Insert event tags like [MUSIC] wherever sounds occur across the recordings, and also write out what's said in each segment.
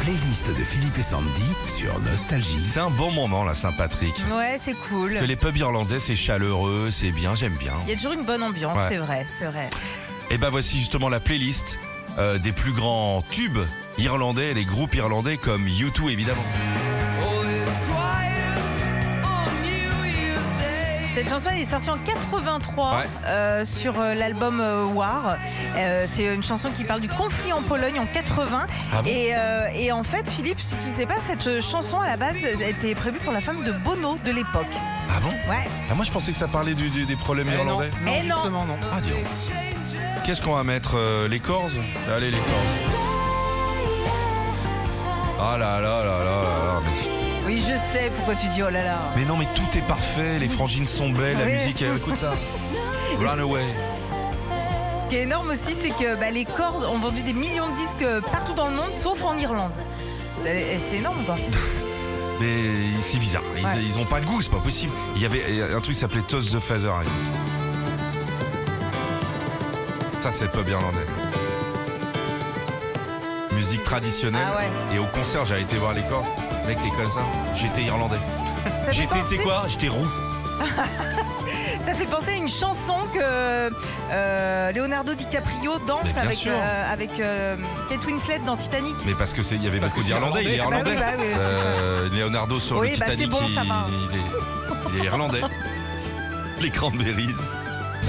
playlist de Philippe et Sandy sur Nostalgie. C'est un bon moment là, Saint-Patrick. Ouais, c'est cool. Parce que les pubs irlandais, c'est chaleureux, c'est bien, j'aime bien. Il y a toujours une bonne ambiance, Ouais. c'est vrai, c'est vrai. Et ben voici justement la playlist euh, des plus grands tubes irlandais, des groupes irlandais comme U2 évidemment. Cette chanson elle est sortie en 83 Ouais. euh, sur euh, l'album euh, War. Euh, c'est une chanson qui parle du conflit en Pologne en 80. Ah bon et, euh, et en fait, Philippe, si tu sais pas, cette euh, chanson à la base, elle était prévue pour la femme de Bono de l'époque. Ah bon Ouais. Ah, Moi je pensais que ça parlait du- du- des problèmes irlandais. Non, Eh non. justement, non. Ah dis donc. Qu'est-ce qu'on va mettre euh, Les cordes Allez les cordes. Ah là là là là là là, mais... Oui, je sais pourquoi tu dis oh là là. mais non mais tout est parfait, les frangines sont belles, la Ouais. musique elle écoute [LAUGHS] ça. Runaway. Ce qui est énorme aussi, c'est que bah, les Corses ont vendu des millions de disques euh, partout dans le monde, sauf en Irlande. Et C'est énorme, quoi. Mais c'est bizarre, ils, Ouais. ils ont pas de goût, c'est pas possible. Il y avait euh, un truc qui s'appelait Toss the Feather. hein. Ça, c'est le pub irlandais. Musique traditionnelle. Ah Et au concert, j'avais été voir les Corses. Mec, t'es comme ça J'étais irlandais. fait J'étais, tu sais penser- quoi J'étais roux. Ça fait penser à une chanson que euh, Leonardo DiCaprio Mais danse bien avec, sûr. euh, avec euh, Kate Winslet dans Titanic. Mais parce que c'est, il y avait Parce beaucoup que c'est d'Irlandais, il est Ah bah irlandais. oui, bah oui, c'est Euh, Leonardo sur Oui, le bah c'est Titanic, bon, il, ça va. il est, il est irlandais. [LAUGHS] les Cranberries. C'est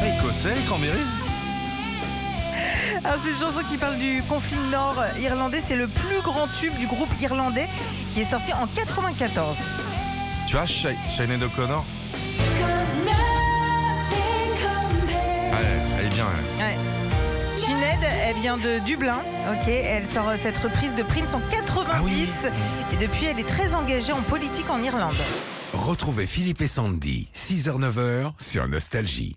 pas écossais, les Cranberries Alors, c'est une Ah, chanson qui parle du conflit nord-irlandais. C'est le plus grand tube du groupe irlandais qui est sorti en 94. Tu vois, Sha- Sinead O'Connor Ouais, elle est bien. elle. Ouais. Sinead, elle vient de Dublin. Ok, elle sort cette reprise de Prince en 90 Ah et depuis elle est très engagée en politique en Irlande. Retrouvez Philippe et Sandy, 6h-9h sur Nostalgie.